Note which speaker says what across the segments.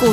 Speaker 1: 股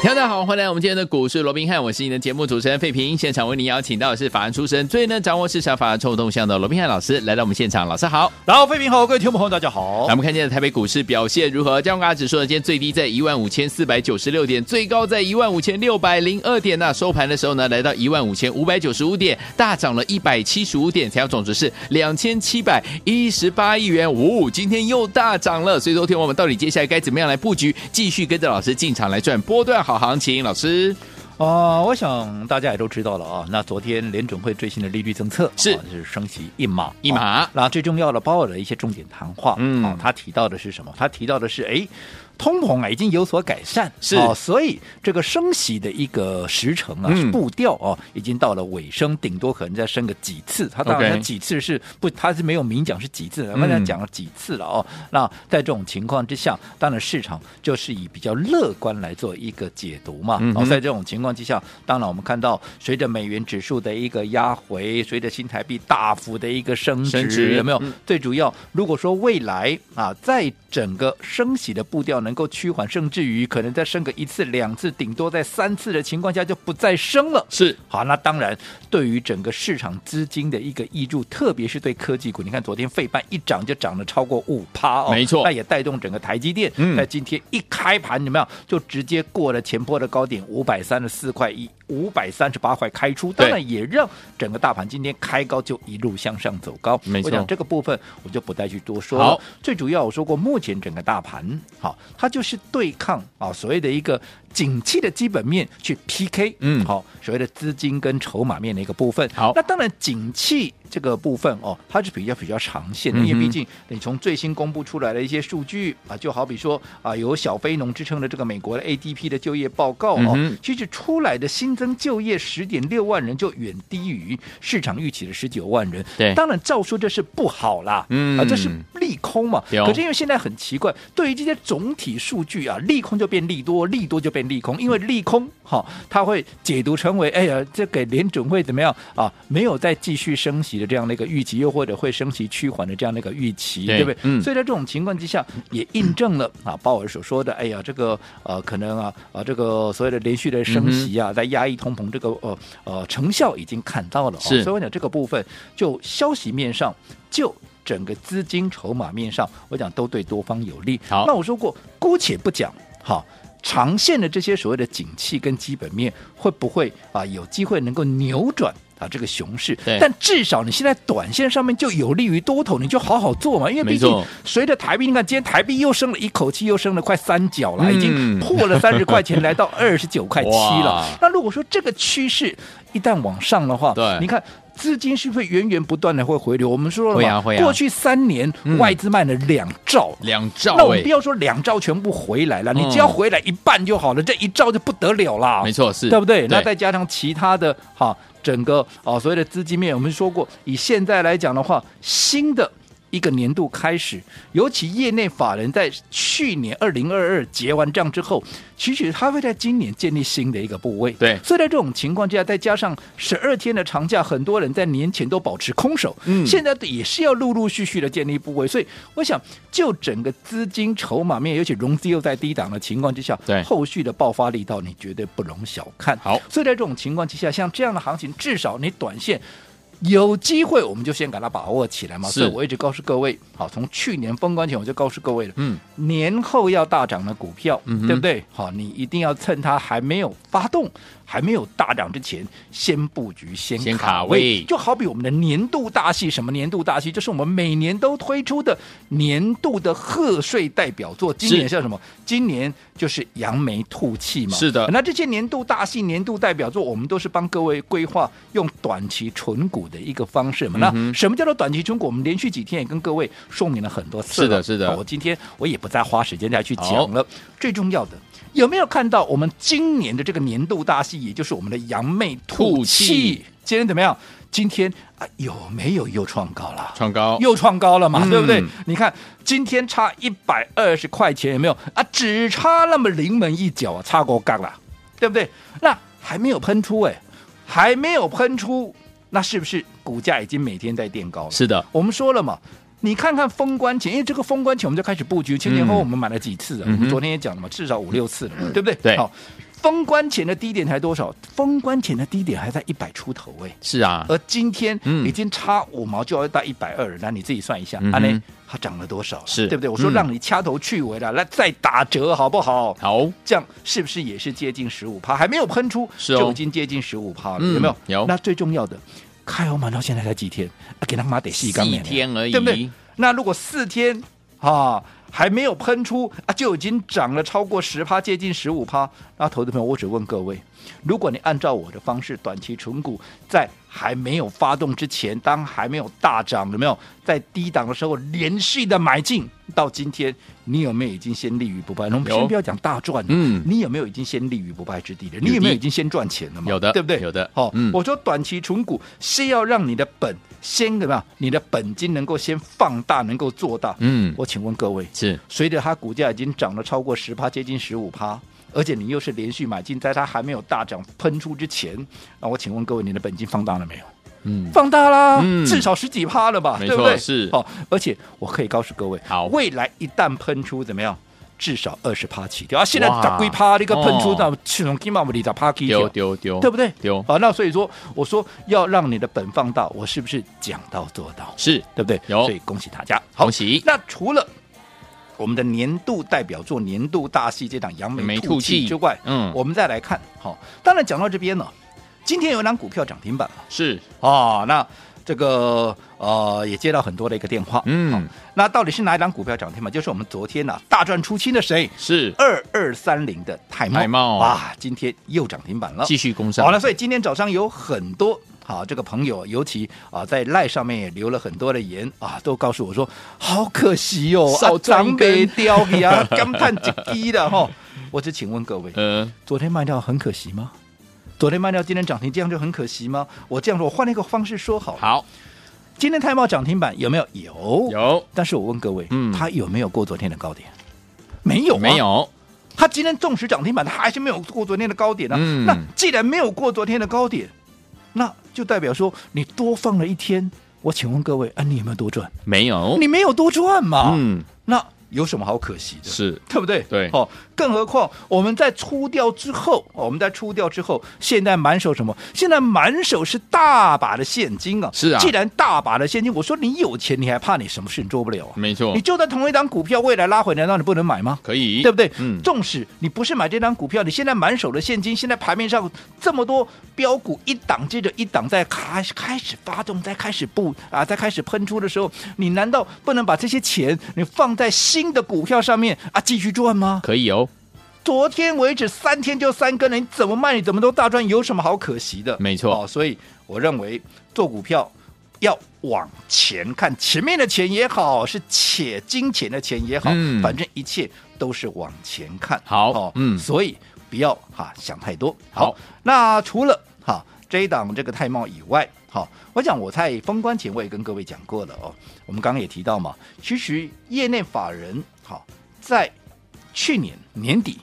Speaker 2: 大家好，欢迎来我们今天的股市罗宾汉，我是你的节目主持人费平。现场为您邀请到的是法案出身、最能掌握市场法案臭动向的罗宾汉老师来到我们现场，老师好。
Speaker 3: 然后，费平好，各位听众朋友，大家好
Speaker 2: 咱。们看见台北股市表现如何？加权指数呢，今天最低在一万五千四百九十六点，最高在一万五千六百零二点那收盘的时候呢，来到一万五千五百九十五点，大涨了一百七十五点，成交总值是两千七百一十八亿元。五、哦，今天又大涨了。所以，昨天我们到底接下来该怎么样来布局？继续跟着老师进场来赚波段好行情。老师，
Speaker 3: 啊、我想大家也都知道了啊。那昨天联准会最新的利率政策
Speaker 2: 是
Speaker 3: 啊就是升息一码
Speaker 2: 一码
Speaker 3: 啊那最重要的，鲍尔的一些重点谈话，
Speaker 2: 嗯
Speaker 3: 啊，他提到的是什么？他提到的是，哎，通膨啊已经有所改善，
Speaker 2: 是
Speaker 3: 啊所以这个升息的一个时程啊、
Speaker 2: 嗯
Speaker 3: 步调啊，已经到了尾声，顶多可能再升个几次。他当
Speaker 2: OK
Speaker 3: 然他几次是不，他是没有明讲是几次，刚才
Speaker 2: 嗯
Speaker 3: 讲了几次了哦。那在这种情况之下，当然市场就是以比较乐观来做一个解读嘛。
Speaker 2: 嗯
Speaker 3: 哦，
Speaker 2: 哼
Speaker 3: 在这种情况之下，当然我们看到，随着美元指数的一个压回，随着新台币大幅的一个升值，
Speaker 2: 升值
Speaker 3: 有没有？
Speaker 2: 嗯
Speaker 3: 最主要，如果说未来啊，在整个升息的步调能够趋缓，甚至于可能再升个一次、两次，顶多在三次的情况下就不再升了。
Speaker 2: 是
Speaker 3: 好，那当然，对于整个市场资金的一个益助，特别是对科技股，你看昨天费半一涨就涨了超过五趴哦，
Speaker 2: 没错
Speaker 3: 那也带动整个台积电、
Speaker 2: 嗯
Speaker 3: 在今天一开盘怎么样，就直接过了前波的高点五百三十四块一。五百三十八块开出，当
Speaker 2: 对
Speaker 3: 然也让整个大盘今天开高就一路向上走高。
Speaker 2: 没错
Speaker 3: 我想这个部分我就不再去多说
Speaker 2: 好
Speaker 3: 了。最主要我说过，目前整个大盘好，它就是对抗啊所谓的一个景气的基本面去 PK，
Speaker 2: 嗯
Speaker 3: 好、所谓的资金跟筹码面的一个部分。
Speaker 2: 好
Speaker 3: 那当然景气这个部分哦，它是比较比较长线的，
Speaker 2: 嗯哼
Speaker 3: 因为毕竟你从最新公布出来的一些数据啊，就好比说啊有小非农之称的这个美国的 ADP 的就业报告哦，
Speaker 2: 嗯哼
Speaker 3: 其实出来的新增就业十点六万人就远低于市场预期的十九万人。
Speaker 2: 对
Speaker 3: 当然照说这是不好啦，
Speaker 2: 嗯
Speaker 3: 啊这是利空嘛。
Speaker 2: 有
Speaker 3: 可是因为现在很奇怪，对于这些总体数据啊，利空就变利多，利多就变利空，因为利空哈、它会解读成为哎呀，这给联准会怎么样啊？没有再继续升息的这样的一个预期，又或者会升息趋缓的这样的一个预期，
Speaker 2: 对
Speaker 3: 对不对？
Speaker 2: 嗯
Speaker 3: 所以在这种情况之下，也印证了啊鲍尔所说的，哎呀，这个呃可能啊啊这个所谓的连续的升息
Speaker 2: 嗯
Speaker 3: 啊，在压抑通膨这个呃呃成效已经看到了、哦，
Speaker 2: 是
Speaker 3: 所以我讲这个部分就消息面上就。整个资金筹码面上，我讲都对多方有利。
Speaker 2: 好
Speaker 3: 那我说过，姑且不讲，好，长线的这些所谓的景气跟基本面会不会啊有机会能够扭转啊这个熊市
Speaker 2: 对？
Speaker 3: 但至少你现在短线上面就有利于多头，你就好好做嘛，因为
Speaker 2: 没
Speaker 3: 毕竟
Speaker 2: 错
Speaker 3: 随着台币，你看今天台币又升了一口气，又升了快三角了，已
Speaker 2: 嗯
Speaker 3: 经破了三十块钱，来到二十九块七
Speaker 2: 哇
Speaker 3: 了。那如果说这个趋势一旦往上的话，
Speaker 2: 对
Speaker 3: 你看。资金是不是源源不断的会回流？我们说了嘛，
Speaker 2: 会啊会啊
Speaker 3: 过去三年、
Speaker 2: 嗯
Speaker 3: 外资卖了两兆，
Speaker 2: 两兆
Speaker 3: 那我
Speaker 2: 哎
Speaker 3: 们不要说两兆全部回来了，
Speaker 2: 嗯
Speaker 3: 你只要回来一半就好了，这一兆就不得了啦，
Speaker 2: 没错是
Speaker 3: 对不对？
Speaker 2: 对
Speaker 3: 那再加上其他的哈，整个啊所谓的资金面，我们说过，以现在来讲的话，新的。一个年度开始，尤其业内法人在去年二零二二结完账之后，其实他会在今年建立新的一个部位。
Speaker 2: 对
Speaker 3: 所以在这种情况之下，再加上十二天的长假，很多人在年前都保持空手，
Speaker 2: 嗯
Speaker 3: 现在也是要陆陆续续的建立部位。所以我想，就整个资金筹码面，尤其融资又在低档的情况之下，
Speaker 2: 对
Speaker 3: 后续的爆发力道，你绝对不容小看。
Speaker 2: 好
Speaker 3: 所以在这种情况之下，像这样的行情，至少你短线。有机会我们就先给它把握起来嘛，
Speaker 2: 是
Speaker 3: 所以我一直告诉各位，好，从去年封关前我就告诉各位了，
Speaker 2: 嗯，
Speaker 3: 年后要大涨的股票，
Speaker 2: 嗯哼
Speaker 3: 对不对？好，你一定要趁它还没有发动、还没有大涨之前，先布局、先
Speaker 2: 先卡
Speaker 3: 卡
Speaker 2: 位
Speaker 3: 就好比我们的年度大戏，什么年度大戏？就是我们每年都推出的年度的贺岁代表作。今年像什么？今年就是扬眉吐气嘛。
Speaker 2: 是的
Speaker 3: 那这些年度大戏、年度代表作，我们都是帮各位规划用短期存股的一个方式
Speaker 2: 嗯
Speaker 3: 嘛。那什么叫做短期存股？我们连续几天也跟各位说明了很多次
Speaker 2: 是的
Speaker 3: 了
Speaker 2: 是的
Speaker 3: 好我今天我也不再花时间再去
Speaker 2: 好
Speaker 3: 讲了。最重要的。有没有看到我们今年的这个年度大戏，也就是我们的扬眉
Speaker 2: 吐
Speaker 3: 吐
Speaker 2: 气
Speaker 3: 气今天怎么样？今天啊有没有又创高了？
Speaker 2: 创高
Speaker 3: 又创高了嘛，
Speaker 2: 嗯
Speaker 3: 对不对？你看今天差一百二十块钱有没有啊？只差那么临门一脚啊，差过杠了，对不对？那还没有喷出哎、还没有喷出，那是不是股价已经每天在垫高了？
Speaker 2: 是的，
Speaker 3: 我们说了嘛。你看看封关前，因为这个封关前我们就开始布局，前前后后
Speaker 2: 嗯
Speaker 3: 我们买了几次啊？
Speaker 2: 嗯哼嗯
Speaker 3: 我们昨天也讲了嘛，至少五六次了嘛，对不对？
Speaker 2: 对
Speaker 3: 好，封关前的低点才多少？封关前的低点还在一百出头哎、
Speaker 2: 是啊，
Speaker 3: 而今天
Speaker 2: 嗯
Speaker 3: 已经差五毛就要到一百二，那你自己算一下，
Speaker 2: 嗯哼
Speaker 3: 阿雷它涨了多少？啊
Speaker 2: 是
Speaker 3: 对不对？我说
Speaker 2: 嗯
Speaker 3: 让你掐头去尾了，来再打折好不好？
Speaker 2: 好，
Speaker 3: 这样是不是也是接近十五趴？还没有喷出，
Speaker 2: 是哦
Speaker 3: 就已经接近十五趴了，
Speaker 2: 嗯
Speaker 3: 有没有？
Speaker 2: 有
Speaker 3: 那最重要的，开红盘到现在才几天，啊给他妈得细
Speaker 2: 几
Speaker 3: 缸呢
Speaker 2: 天而已，
Speaker 3: 对不对？那如果四天啊还没有喷出啊，就已经涨了超过十趴，接近十五趴。那投资朋友，我只问各位，如果你按照我的方式，短期存股在还没有发动之前，当还没有大涨，有没有在低档的时候连续的买进？到今天，你有没有已经先立于不败？我们
Speaker 2: 有
Speaker 3: 先不要讲大赚，
Speaker 2: 嗯
Speaker 3: 你有没有已经先立于不败之地了？
Speaker 2: 有
Speaker 3: 你有没
Speaker 2: 的
Speaker 3: 有已经先赚钱了嘛？
Speaker 2: 有的
Speaker 3: 对不对？
Speaker 2: 有的
Speaker 3: 好、
Speaker 2: 嗯
Speaker 3: 我说短期存股是要让你的本先怎么样？你的本金能够先放大，能够做大。
Speaker 2: 嗯
Speaker 3: 我请问各位，
Speaker 2: 是
Speaker 3: 随着它股价已经涨了超过十趴，接近十五趴，而且你又是连续买进，在它还没有大涨喷出之前，啊那我请问各位，你的本金放大了没有？
Speaker 2: 嗯
Speaker 3: 放大啦，
Speaker 2: 嗯
Speaker 3: 至少十几趴了吧，
Speaker 2: 没
Speaker 3: 对不
Speaker 2: 错
Speaker 3: 对？
Speaker 2: 是
Speaker 3: 哦，而且我可以告诉各位，
Speaker 2: 好
Speaker 3: 未来一旦喷出怎么样？至少二十趴起跳啊！现在
Speaker 2: 哇
Speaker 3: 打龟趴，那个喷出
Speaker 2: 哦
Speaker 3: 到去从起码我们打趴起跳
Speaker 2: 丢，丢丢，
Speaker 3: 对不对？
Speaker 2: 哦丢
Speaker 3: 啊，那所以说，我说要让你的本放大，我是不是讲到做到？
Speaker 2: 是
Speaker 3: 对不对？
Speaker 2: 有
Speaker 3: 所以恭喜大家，好
Speaker 2: 恭喜
Speaker 3: 那除了我们的年度代表作、年度大戏这档扬
Speaker 2: 眉
Speaker 3: 眉
Speaker 2: 吐
Speaker 3: 吐
Speaker 2: 气
Speaker 3: 气之外，
Speaker 2: 嗯
Speaker 3: 我们再来看，好、当然讲到这边呢，今天有一档股票涨停板了
Speaker 2: 是
Speaker 3: 哦，那这个呃也接到很多的一个电话，
Speaker 2: 嗯
Speaker 3: 好那到底是哪一档股票涨停板？就是我们昨天呢、大赚出清的谁？
Speaker 2: 是
Speaker 3: 二二三零的泰茂，
Speaker 2: 泰茂
Speaker 3: 哇，今天又涨停板了，
Speaker 2: 继续攻上，
Speaker 3: 好了，所以今天早上有很多。好，这个朋友，尤其啊，在赖上面也留了很多的言啊，都告诉我说，好可惜 哦，
Speaker 2: 少赚一根
Speaker 3: 被雕皮啊， 嗯刚探几滴的哈。我只请问各位，
Speaker 2: 呃
Speaker 3: 昨天卖掉很可惜吗？昨天卖掉，今天涨停，这样就很可惜吗？我这样说，我换了一个方式说好了。
Speaker 2: 好
Speaker 3: 今天泰茂涨停板有没有？有。
Speaker 2: 有
Speaker 3: 但是我问各位，
Speaker 2: 嗯
Speaker 3: 它有没有过昨天的高点？没有、啊，
Speaker 2: 没有
Speaker 3: 它今天纵使涨停板，它还是没有过昨天的高点呢、啊
Speaker 2: 嗯
Speaker 3: 那既然没有过昨天的高点，那就代表说你多放了一天。我请问各位啊，你有没有多赚？
Speaker 2: 没有
Speaker 3: 你啊没有多赚嘛？
Speaker 2: 嗯
Speaker 3: 那有什么好可惜的？
Speaker 2: 是
Speaker 3: 对不对？
Speaker 2: 对
Speaker 3: 哦，更何况我们在出掉之后，哦我们在出掉之后，现在满手什么？现在满手是大把的现金啊！
Speaker 2: 是啊
Speaker 3: 既然大把的现金，我说你有钱，你还怕你什么事你做不了啊？
Speaker 2: 没错
Speaker 3: 你就在同一档股票，未来拉回来，难道你不能买吗？
Speaker 2: 可以
Speaker 3: 对不对？
Speaker 2: 嗯
Speaker 3: 纵使你不是买这张股票，你现在满手的现金，现在盘面上这么多标股一档接着一档在开开始发动，在开始布啊，在开始喷出的时候，你难道不能把这些钱你放在新的股票上面啊继续赚吗？
Speaker 2: 可以哦
Speaker 3: 昨天为止三天就三根了，你怎么卖你怎么都大赚，有什么好可惜的？
Speaker 2: 没错
Speaker 3: 哦，所以我认为做股票要往前看，前面的钱也好，是且金钱的钱也好，
Speaker 2: 嗯
Speaker 3: 反正一切都是往前看。哦
Speaker 2: 好嗯
Speaker 3: 所以不要哈想太多。
Speaker 2: 好
Speaker 3: 那除了哈这一档这个泰茂以外，好，我想我在封关前我也跟各位讲过了哦，我们刚刚也提到嘛，其实业内法人好在去年年底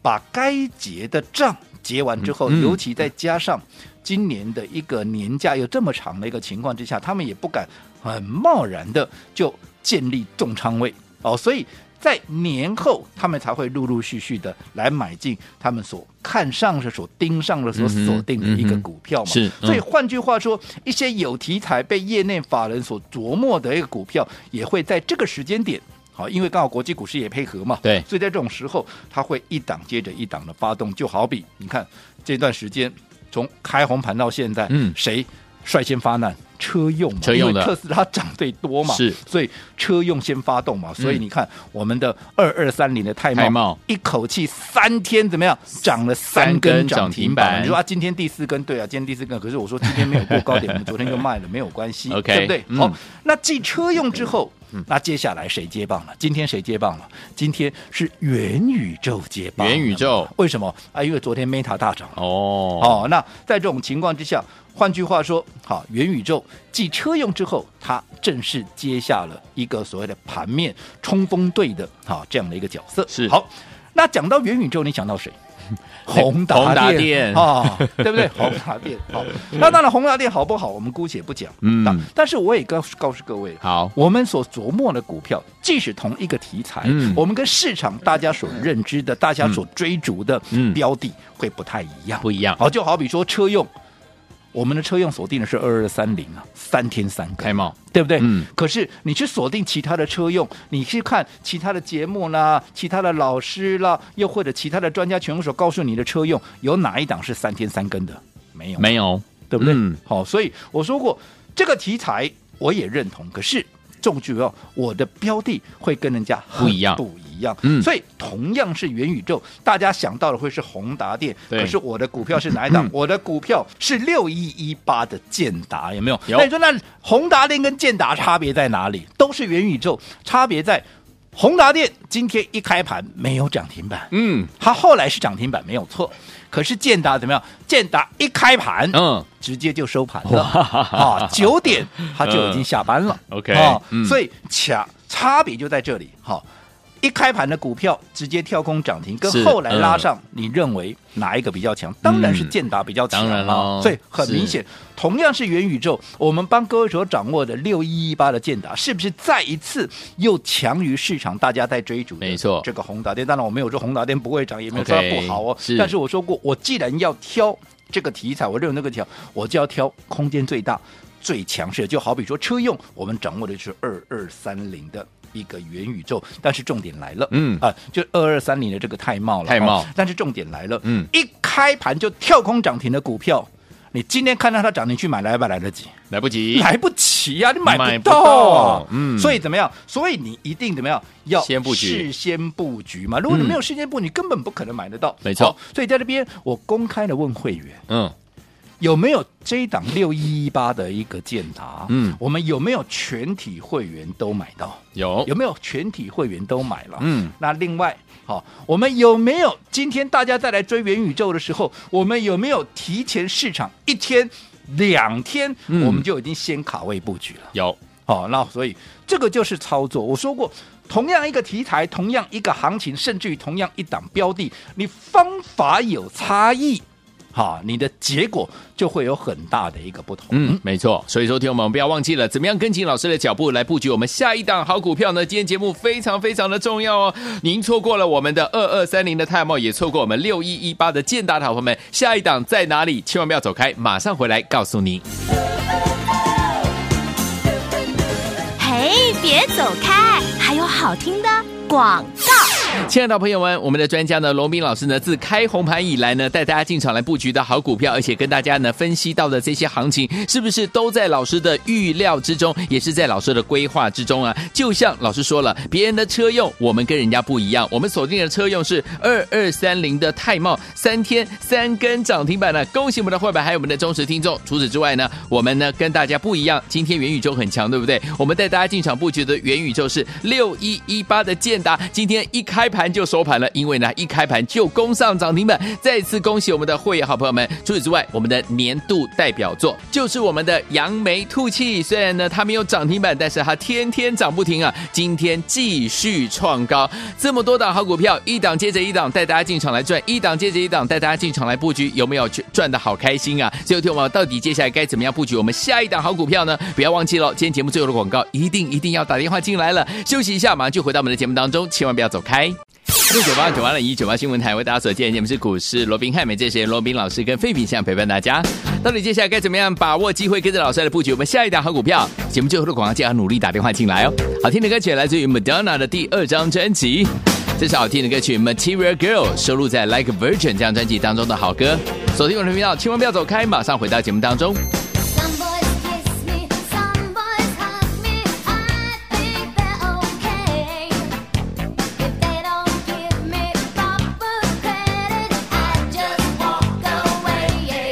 Speaker 3: 把该结的账结完之后，
Speaker 2: 嗯嗯
Speaker 3: 尤其再加上今年的一个年假又这么长的一个情况之下，他们也不敢很贸然的就建立重仓位哦，所以。在年后，他们才会陆陆续续的来买进他们所看上的、所盯上的、所
Speaker 2: 嗯哼
Speaker 3: 锁定的一
Speaker 2: 嗯
Speaker 3: 个
Speaker 2: 哼
Speaker 3: 股票嘛。
Speaker 2: 是嗯
Speaker 3: 所以换句话说，一些有题材被业内法人所琢磨的一个股票，也会在这个时间点。好，因为刚好国际股市也配合嘛，
Speaker 2: 对
Speaker 3: 所以在这种时候，它会一档接着一档的发动，就好比你看这段时间从开红盘到现在，
Speaker 2: 嗯
Speaker 3: 谁率先发难？车用嘛，
Speaker 2: 车用的
Speaker 3: 因为特斯拉涨最多嘛，
Speaker 2: 是，
Speaker 3: 所以车用先发动嘛，所以
Speaker 2: 嗯
Speaker 3: 你看我们的二二三零的泰
Speaker 2: 泰
Speaker 3: 茂，
Speaker 2: 茂
Speaker 3: 一口气三天怎么样涨了三
Speaker 2: 根
Speaker 3: 根
Speaker 2: 涨
Speaker 3: 涨
Speaker 2: 停
Speaker 3: 停
Speaker 2: 板
Speaker 3: 板？你说啊，今天第四根，对啊，今天第四 根，可是我说今天没有过高点，我们昨天就卖了，没有关系
Speaker 2: OK，
Speaker 3: 对不对？
Speaker 2: 嗯
Speaker 3: 好，那继车用之后，那接下来谁接棒了？今天谁接棒了？今天是元宇宙接棒了嘛。
Speaker 2: 元宇宙
Speaker 3: 为什么啊？因为昨天 Meta 大涨了。
Speaker 2: 哦，
Speaker 3: 哦，那在这种情况之下，换句话说，好，元宇宙继车用之后，它正式接下了一个所谓的盘面冲锋队的好这样的一个角色。
Speaker 2: 是
Speaker 3: 好，那讲到元宇宙，你想到谁？ 宏达
Speaker 2: 宏达
Speaker 3: 电
Speaker 2: 电
Speaker 3: 啊、 对不对？宏达电好，那当然宏达电好不好，我们姑且不讲。
Speaker 2: 嗯
Speaker 3: 但但是我也告诉告诉各位，
Speaker 2: 好，
Speaker 3: 我们所琢磨的股票，即使同一个题材，
Speaker 2: 嗯
Speaker 3: 我们跟市场大家所认知的、大家所追逐的
Speaker 2: 嗯
Speaker 3: 标的会不太一样。
Speaker 2: 不一样，
Speaker 3: 好，哦就好比说车用，我们的车用锁定的是二二三零啊，三天三更
Speaker 2: 开帽，
Speaker 3: 对不对？
Speaker 2: 嗯
Speaker 3: 可是你去锁定其他的车用，你去看其他的节目啦、其他的老师啦，又或者其他的专家全部所告诉你的车用，有哪一档是三天三更的？没有，
Speaker 2: 没有，
Speaker 3: 对不对？
Speaker 2: 嗯
Speaker 3: 好，所以我说过这个题材我也认同，可是重主要我的标的会跟人家很
Speaker 2: 不一样
Speaker 3: 不一样。
Speaker 2: 嗯
Speaker 3: 所以同样是元宇宙，大家想到的会是宏达电，
Speaker 2: 对嗯
Speaker 3: 可是我的股票是哪一档？我的股票是六一一八的建达，有没有？
Speaker 2: 有
Speaker 3: 那你说那宏达电跟建达差别在哪里？都是元宇宙，差别在。宏达电今天一开盘没有涨停板，
Speaker 2: 嗯
Speaker 3: 它后来是涨停板没有错，可是建达怎么样？建达一开盘，
Speaker 2: 嗯，
Speaker 3: 直接就收盘了啊，九点他就已经下班了。
Speaker 2: 嗯，OK，
Speaker 3: 啊
Speaker 2: 嗯
Speaker 3: 所以差差别就在这里哈。一开盘的股票直接跳空涨停，跟
Speaker 2: 是嗯
Speaker 3: 后来拉上，你认为哪一个比较强？当然是建达比较强、啊
Speaker 2: 当然咯
Speaker 3: 所以很明显，同样是元宇宙，我们帮各位所掌握的六一一八的建达，是不是再一次又强于市场大家在追逐的？
Speaker 2: 没错
Speaker 3: 这个宏达电，当然我没有说宏达电不会涨，也没有说它
Speaker 2: OK，
Speaker 3: 不好哦。
Speaker 2: 是
Speaker 3: 但是我说过，我既然要挑这个题材，我认为那个挑，我就要挑空间最大、最强势的。就好比说车用，我们掌握的是二二三零的。一个元宇宙，但是重点来了，
Speaker 2: 嗯
Speaker 3: 啊、就二二三零的这个太茂了，
Speaker 2: 太茂
Speaker 3: 哦但是重点来了，
Speaker 2: 嗯
Speaker 3: 一开盘就跳空涨停的股票，你今天看到它涨停去买来不来得及？
Speaker 2: 来不及，
Speaker 3: 来不及呀、你买
Speaker 2: 买不
Speaker 3: 不到啊、
Speaker 2: 到嗯
Speaker 3: 所以怎么样？所以你一定怎么样？要
Speaker 2: 先布局
Speaker 3: 事先布局嘛。如果你没有事先布局，你根本不可能买得到。
Speaker 2: 没错
Speaker 3: 好所以在这边，我公开的问会员，
Speaker 2: 嗯，
Speaker 3: 有没有这一档六一一八的一个建达？
Speaker 2: 嗯
Speaker 3: 我们有没有全体会员都买到？
Speaker 2: 有
Speaker 3: 有没有全体会员都买了？
Speaker 2: 哦嗯，
Speaker 3: 那另外，好，我们有没有今天大家再来追元宇宙的时候，我们有没有提前市场一天、两天，
Speaker 2: 嗯
Speaker 3: 我们就已经先卡位布局了？
Speaker 2: 有，
Speaker 3: 好，那所以这个就是操作。我说过，同样一个题材，同样一个行情，甚至于同样一档标的，你方法有差异，哈，你的结果就会有很大的一个不同。
Speaker 2: 嗯，没错。所以说，听我们不要忘记了，怎么样跟紧老师的脚步来布局我们下一档好股票呢？今天节目非常非常的重要哦。您错过了我们的二二三零的泰茂，也错过我们六一一八的建达的好朋友们，下一档在哪里？千万不要走开，马上回来告诉您。
Speaker 1: 嘿，别走开，还有好听的广告。
Speaker 2: 亲爱的朋友们，我们的专家呢，龙斌老师呢，自开红盘以来呢，带大家进场来布局的好股票，而且跟大家呢分析到的这些行情，是不是都在老师的预料之中，也是在老师的规划之中啊？就像老师说了，别人的车用我们跟人家不一样，我们锁定的车用是二二三零的泰茂，三天三根涨停板呢，恭喜我们的会员还有我们的忠实听众。除此之外呢，我们呢跟大家不一样，今天元宇宙很强，对不对？我们带大家进场布局的元宇宙是六一一八的建达，今天一开盘就收盘了，因为呢一开盘就攻上涨停板，再次恭喜我们的会员好朋友们。除此之外，我们的年度代表作就是我们的扬眉吐气，虽然呢它没有涨停板，但是它天天涨不停啊，今天继续创高，这么多档好股票，一档接着一档带大家进场来赚，一档接着一档带大家进场来布局，有没有赚的好开心啊？最后听我们到底接下来该怎么样布局我们下一档好股票呢？不要忘记了，今天节目最后的广告一定一定要打电话进来了。休息一下，马上就回到我们的节目当中，千万不要走开。六九八九八零一九八新闻台为大家所见，节目是股市罗宾汉美这些罗宾老师跟费品相陪伴大家。到底接下来该怎么样把握机会，跟着老师来布局我们下一档好股票？节目最后的广告，记得要努力打电话进来哦。好听的歌曲来自于 Madonna 的第二张专辑，这首好听的歌曲《Material Girl》收录在《Like a Virgin》这张专辑当中的好歌。锁定我们的频道，千万不要走开，马上回到节目当中。
Speaker 4: Some boys kiss me, some boys hug me. I think they're okay. If they don't give me proper credit, I just walk away. They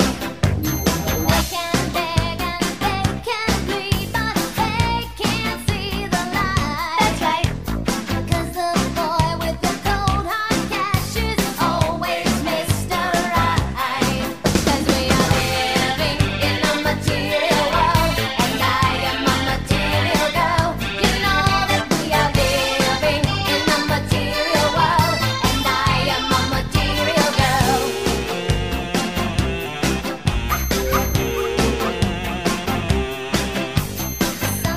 Speaker 4: can beg and they can plead, but they can't see the light.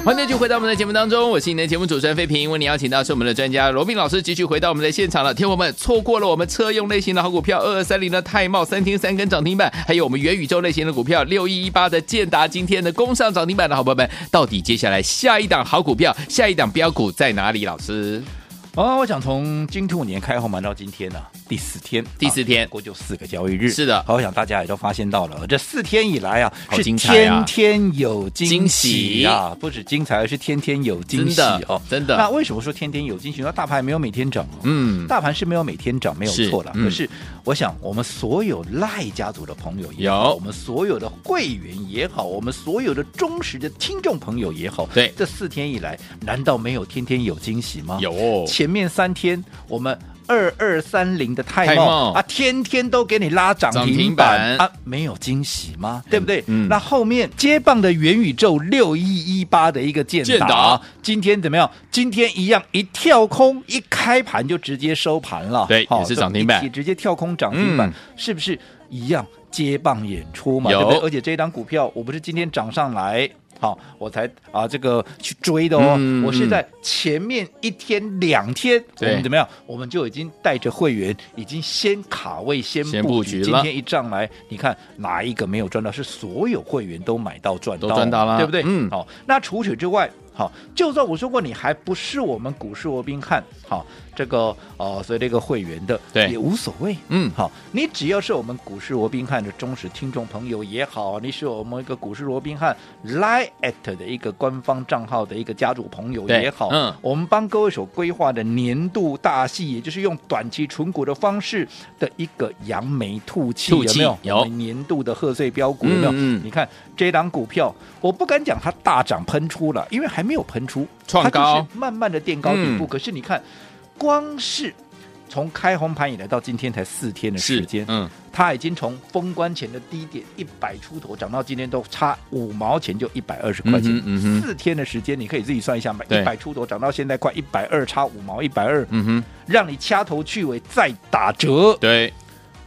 Speaker 2: 欢迎继续回到我们的节目当中，我是你的节目主持人费平。为你邀请到是我们的专家罗斌老师，继续回到我们的现场了。听众朋友们，错过了我们车用类型的好股票二二三零的泰茂三天三根涨停板，还有我们元宇宙类型的股票六一一八的建达，今天的攻上涨停板的好朋友们，到底接下来下一档好股票、下一档标股在哪里？老师，
Speaker 3: 啊，我想从金兔年开红盘到今天呢、第四天，
Speaker 2: 第四天
Speaker 3: 啊不过就四个交易日。
Speaker 2: 是的
Speaker 3: 好我想大家也都发现到了，这四天以来啊，
Speaker 2: 好
Speaker 3: 是
Speaker 2: 精彩啊
Speaker 3: 天天有惊喜
Speaker 2: 惊
Speaker 3: 啊，不止精彩，而是天天有惊
Speaker 2: 真
Speaker 3: 喜
Speaker 2: 的
Speaker 3: 哦。，
Speaker 2: 真
Speaker 3: 那
Speaker 2: 的，
Speaker 3: 为什么说天天有惊喜？那大盘没有每天涨哦。
Speaker 2: 嗯，
Speaker 3: 大盘是没有每天涨，没有
Speaker 2: 是
Speaker 3: 错了。
Speaker 2: 嗯
Speaker 3: 可是，我想我们所有赖家族的朋友也好，
Speaker 2: 有
Speaker 3: 我们所有的会员也好，我们所有的忠实的听众朋友也好，
Speaker 2: 对
Speaker 3: 这四天以来，难道没有天天有惊喜吗？
Speaker 2: 有哦
Speaker 3: 前面三天我们。二二三零的泰
Speaker 2: 泰
Speaker 3: 茂
Speaker 2: 茂
Speaker 3: 啊，天天都给你拉涨
Speaker 2: 涨
Speaker 3: 停
Speaker 2: 停
Speaker 3: 板
Speaker 2: 板
Speaker 3: 啊，没有惊喜吗？对不对？
Speaker 2: 嗯
Speaker 3: 那后面接棒的元宇宙六一一八的一个建
Speaker 2: 建
Speaker 3: 达
Speaker 2: 达，
Speaker 3: 今天怎么样？今天一样一跳空，一开盘就直接收盘了，
Speaker 2: 对
Speaker 3: 好
Speaker 2: 也是涨停板
Speaker 3: 就一起直接跳空涨停板
Speaker 2: 嗯，
Speaker 3: 是不是一样接棒演出嘛？
Speaker 2: 有
Speaker 3: 对不对？而且这一档股票，我不是今天涨上来。好，我才啊这个去追的哦，
Speaker 2: 嗯
Speaker 3: 我是
Speaker 2: 嗯
Speaker 3: 在前面一天两天，我
Speaker 2: 对
Speaker 3: 们怎么样？我们就已经带着会员已经先卡位先
Speaker 2: 先
Speaker 3: 布
Speaker 2: 布
Speaker 3: 局，
Speaker 2: 局
Speaker 3: 今
Speaker 2: 了
Speaker 3: 天一上来，你看哪一个没有赚到？是所有会员都买到赚到，
Speaker 2: 都赚到啦
Speaker 3: 对不对？
Speaker 2: 嗯
Speaker 3: 好，那除此之外。好，就算我说过你还不是我们股市罗宾汉，好，这个呃，所以这个会员的，
Speaker 2: 对
Speaker 3: 也无所谓，
Speaker 2: 嗯
Speaker 3: 好，你只要是我们股市罗宾汉的忠实听众朋友也好，你是我们一个股市罗宾汉 Line at 的一个官方账号的一个家族朋友
Speaker 2: 对
Speaker 3: 也好，
Speaker 2: 嗯
Speaker 3: 我们帮各位所规划的年度大戏，也就是用短期存股的方式的一个扬眉吐气，
Speaker 2: 吐
Speaker 3: 有
Speaker 2: 气
Speaker 3: 没有？
Speaker 2: 有
Speaker 3: 我们年度的贺岁标股有没有？
Speaker 2: 嗯嗯
Speaker 3: 你看这档股票，我不敢讲它大涨喷出了，因为还没有喷出，
Speaker 2: 创
Speaker 3: 它就是
Speaker 2: 高
Speaker 3: 慢慢的垫高底部。
Speaker 2: 嗯
Speaker 3: 可是你看，光是从开红盘以来到今天才四天的时
Speaker 2: 是
Speaker 3: 间，
Speaker 2: 嗯，
Speaker 3: 它已经从封关前的低点一百出头涨到今天都差五毛钱，就一百二十块钱
Speaker 2: 嗯哼。嗯哼
Speaker 3: 四天的时间，你可以自己算一下嘛，一
Speaker 2: 对
Speaker 3: 百出头涨到现在快一百二，差五毛，一百二，
Speaker 2: 嗯哼，
Speaker 3: 让你掐头去尾再打折，
Speaker 2: 对，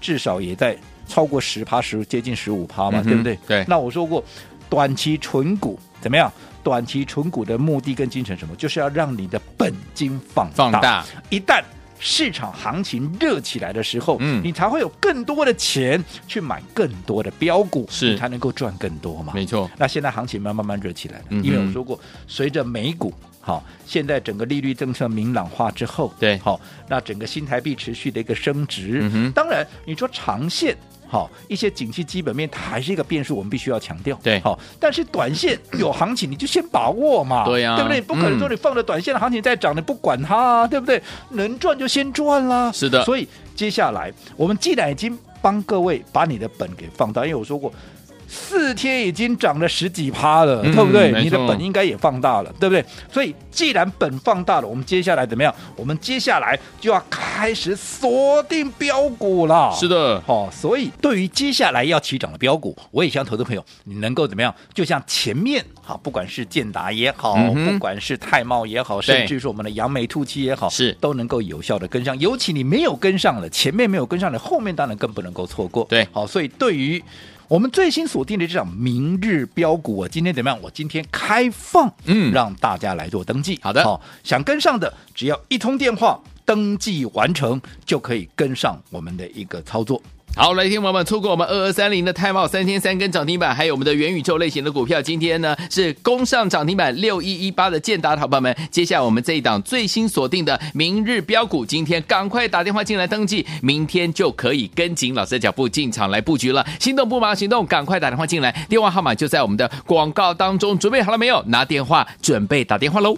Speaker 3: 至少也在超过十趴十，接近十五趴嘛，
Speaker 2: 嗯哼
Speaker 3: 对不对？
Speaker 2: 对
Speaker 3: 那我说过，短期存股怎么样？短期存股的目的跟精神是什么？就是要让你的本金放大
Speaker 2: 放大，
Speaker 3: 一旦市场行情热起来的时候，
Speaker 2: 嗯
Speaker 3: 你才会有更多的钱去买更多的标股，
Speaker 2: 是
Speaker 3: 你才能够赚更多嘛。
Speaker 2: 没错，
Speaker 3: 那现在行情慢慢慢热起来了，
Speaker 2: 嗯哼
Speaker 3: 因为我说过，随着美股好，现在整个利率政策明朗化之后，
Speaker 2: 对
Speaker 3: 好，那整个新台币持续的一个升值，
Speaker 2: 嗯哼
Speaker 3: 当然你说长线。好，一些景气基本面它还是一个变数，我们必须要强调。
Speaker 2: 对
Speaker 3: 好，但是短线有行情，你就先把握嘛。
Speaker 2: 对呀
Speaker 3: 对不对？不可能说
Speaker 2: 嗯
Speaker 3: 你放着短线的行情再涨，你不管它、啊，对不对？能赚就先赚啦。
Speaker 2: 是的
Speaker 3: 所以接下来我们既然已经帮各位把你的本给放大，因为我说过四天已经涨了十几趴了，
Speaker 2: 嗯
Speaker 3: 对不对？
Speaker 2: 没错
Speaker 3: 你的本应该也放大了，对不对？所以既然本放大了，我们接下来怎么样？我们接下来就要开始锁定标股了。
Speaker 2: 是。的，
Speaker 3: 哦，所以对于接下来要起涨的标股，我也希望投资朋友你能够怎么样？就像前面好，不管是建达也好，
Speaker 2: 嗯哼
Speaker 3: 不管是泰茂也好，
Speaker 2: 对
Speaker 3: 甚至是我们的扬眉吐气也好，
Speaker 2: 是
Speaker 3: 都能够有效的跟上。尤其你没有跟上了，前面没有跟上的，后面当然更不能够错过。
Speaker 2: 对
Speaker 3: 好，所以对于我们最新锁定的这场明日标股，我今天怎么样？我今天开放，
Speaker 2: 嗯
Speaker 3: 让大家来做登记。
Speaker 2: 好的
Speaker 3: 好、想跟上的，只要一通电话登记完成，就可以跟上我们的一个操作。
Speaker 2: 好，来，听众朋友们，错过我们二二三零的泰茂三天三根涨停板，还有我们的元宇宙类型的股票，今天呢是攻上涨停板六一一八的建达，好朋友们，接下来我们这一档最新锁定的明日标股，今天赶快打电话进来登记，明天就可以跟紧老师的脚步进场来布局了。心动不马上行动，赶快打电话进来，电话号码就在我们的广告当中，准备好了没有？拿电话，准备打电话喽。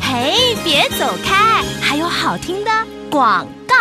Speaker 1: 嘿，别走开，还有好听的广告。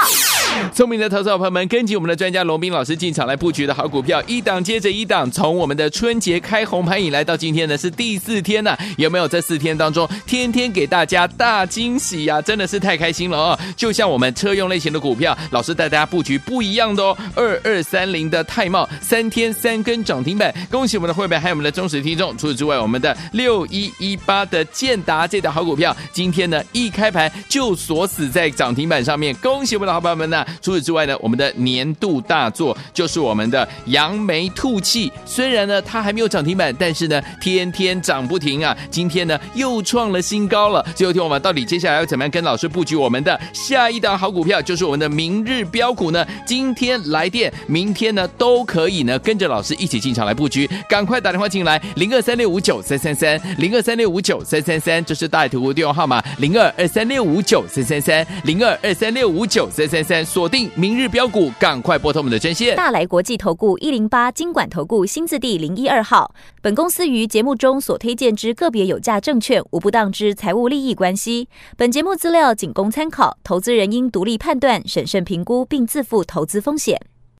Speaker 2: 聪明的投资者朋友们，跟紧我们的专家龙斌老师进场来布局的好股票，一档接着一档。从我们的春节开红盘以来到今天呢，是第四天呐、有没有？在四天当中，天天给大家大惊喜呀、真的是太开心了哦！就像我们车用类型的股票，老师带大家布局不一样的哦。二二三零的泰茂，三天三根涨停板，恭喜我们的会员还有我们的忠实听众。除此之外，我们的六一一八的建达这档好股票，今天呢一开盘就锁死在涨停板上面，恭喜我们的好朋友们呐、除此之外呢，我们的年度大作就是我们的扬眉吐气。虽然呢它还没有涨停板，但是呢天天涨不停啊！今天呢又创了新高了。最后听我们到底接下来要怎么样跟老师布局我们的下一档好股票，就是我们的明日标股呢？今天来电，明天呢都可以呢跟着老师一起进场来布局。赶快打电话进来，零二三六五九三三三，零二三六五九三三三，这是大图的电话号码，零二二三六五九三三三，零二二三六五九三三三，锁定明日标股，赶快拨通我们的专线。
Speaker 1: 大来国际投顾一零八金管投顾新字第零一二号。本公司于节目中所推荐之个别有价证券，无不当之财务利益关系。本节目资料仅供参考，投资人应独立判断、审慎评估，并自负投资风险。